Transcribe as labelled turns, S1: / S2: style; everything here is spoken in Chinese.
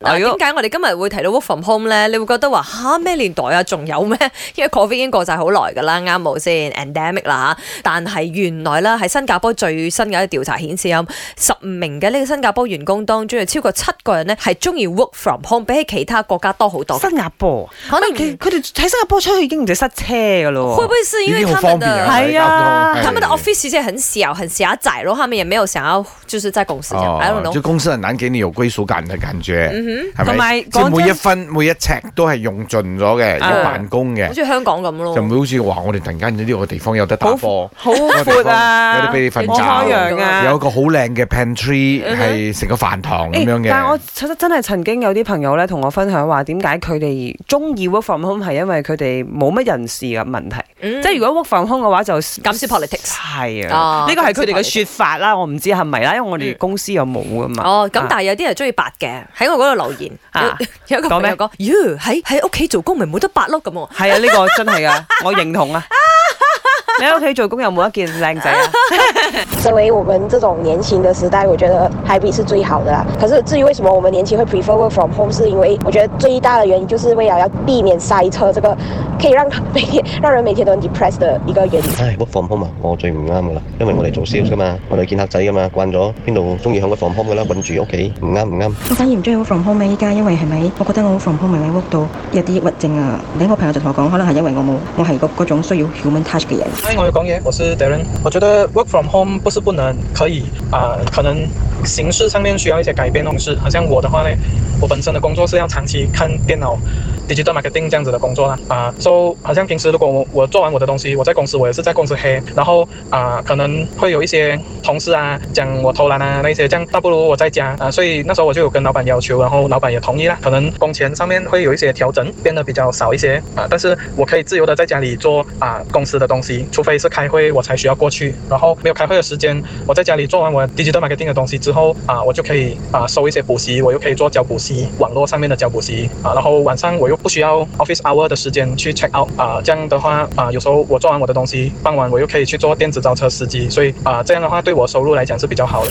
S1: 嗱，
S2: 哎呦
S1: 點解我哋今日會提到 work from home 咧？你會覺得話吓咩年代啊，仲有咩？ 因為 covid 已經過晒好耐㗎啦，啱冇先 endemic 啦吓。但係原來啦，喺新加坡最新嘅一個調查顯示，有十五名嘅呢個新加坡員工當中，有超過七個人咧係中意 work from home，比起其他國家多好多。
S2: 新加坡，啊
S1: 可能
S2: 佢佢哋喺新加坡出去已經唔使塞車噶咯 喎。
S1: 會不會是因為
S3: 已经
S1: 他
S3: 很
S1: 們
S3: 方便
S1: 的
S3: 啊，
S2: 係啊
S3: 哎
S1: 他們的 office 其實很小很狭窄，然後他們也沒有想要就是在公司這樣、I don't
S3: 哦，
S1: know 嗯
S3: 就。公司很難給你有歸屬感嘅感覺， 係
S2: 同埋
S3: 咪？
S2: 講
S3: 即係
S2: 真
S3: 每一分每一尺都係用盡咗嘅，
S2: 啊
S3: 要辦公嘅
S1: 好，似香港咁咯
S3: 就，唔會好似話我哋突然間呢個地方有得打波，
S2: 好闊啊，
S3: 有得俾你瞓
S2: 好開揚啊，
S3: 有一個好靚嘅 pantry 係成個飯堂咁
S2: 誒
S3: 樣嘅。
S2: 但係我真真係曾經有啲朋友咧同我分享話，點解佢哋中意 work from home 係因為佢哋冇乜人事嘅問題，
S1: 嗯
S2: 即係如果 work from home 嘅話就
S1: 減
S2: 減
S1: 少 politics
S2: 係
S1: 啊
S2: 啊，呢個係佢哋
S1: 減
S2: 嘅
S1: 少
S2: 説法啦，我唔知係咪啦，因為我哋
S1: 嗯
S2: 公司又冇噶嘛。
S1: 哦，咁
S2: 啊
S1: 但係有啲人中意白嘅，喺我嗰度留言，
S2: 啊
S1: 有有一 個
S2: 講
S1: 朋
S2: 咩
S1: 友講，咦喺喺屋企做工咪冇得白咯咁喎。
S2: 係啊，呢個真係噶，我認 同啊。你喺屋企做工有冇一件靚仔啊？
S4: 身为我们这种年轻的时代，我觉得 hybrid 是最好的啦。可是至于为什么我们年轻会 prefer work from home，是因为我觉得最大的原因就是为了要避免塞车，这个可以让 每天让人每天都很 depressed 的一个原因。
S5: 唉，work from home 啊，我最唔啱噶啦，因為我哋做 sales 噶嘛，我哋見客仔噶嘛，慣咗邊度中意響個 from home 噶啦，困住屋企，唔啱唔啱。
S6: 我反而唔中意 work from home 咧，依家因為係咪？我覺得我 work from home 咪咪 work 到有啲抑鬱症啊！另一個朋友就同我講，可能係因為我冇，我係個嗰種需要 human touch 嘅人。
S7: 嗨，我有講嘢，我是 Darren。我覺得 work from home 不是不能，可以啊、可能形式上面需要一些改变。同时，好像我的話呢，我本身的工作是要長期看電腦、digital marketing 這樣子的工作啦。啊、所 so 好像平時如果我我做完我的東西，我在公司我也是在公司黑，然後啊、可能會有一些同事啊講我偷懶啊那些，這樣倒不如我在家啊、所以那時候我就有跟老闆要求，然後老闆也同意啦。可能工錢上面會有一些調整，變得比較少一些啊、但是我可以自由的在家裡做啊、公司的東西，除非是开会我才需要过去，然后没有开会的时间，我在家裡做完我 digital marketing 的東西之後啊、我就可以啊、收一些補習，我又可以做交補習，網絡上面的交補習啊、然後晚上我又不需要 office hour 的時間去 check out 啊、這樣的話啊、有時候我做完我的東西，傍晚我又可以去做電子招車司機，所以啊、這樣的話對我收入來講是比較好的。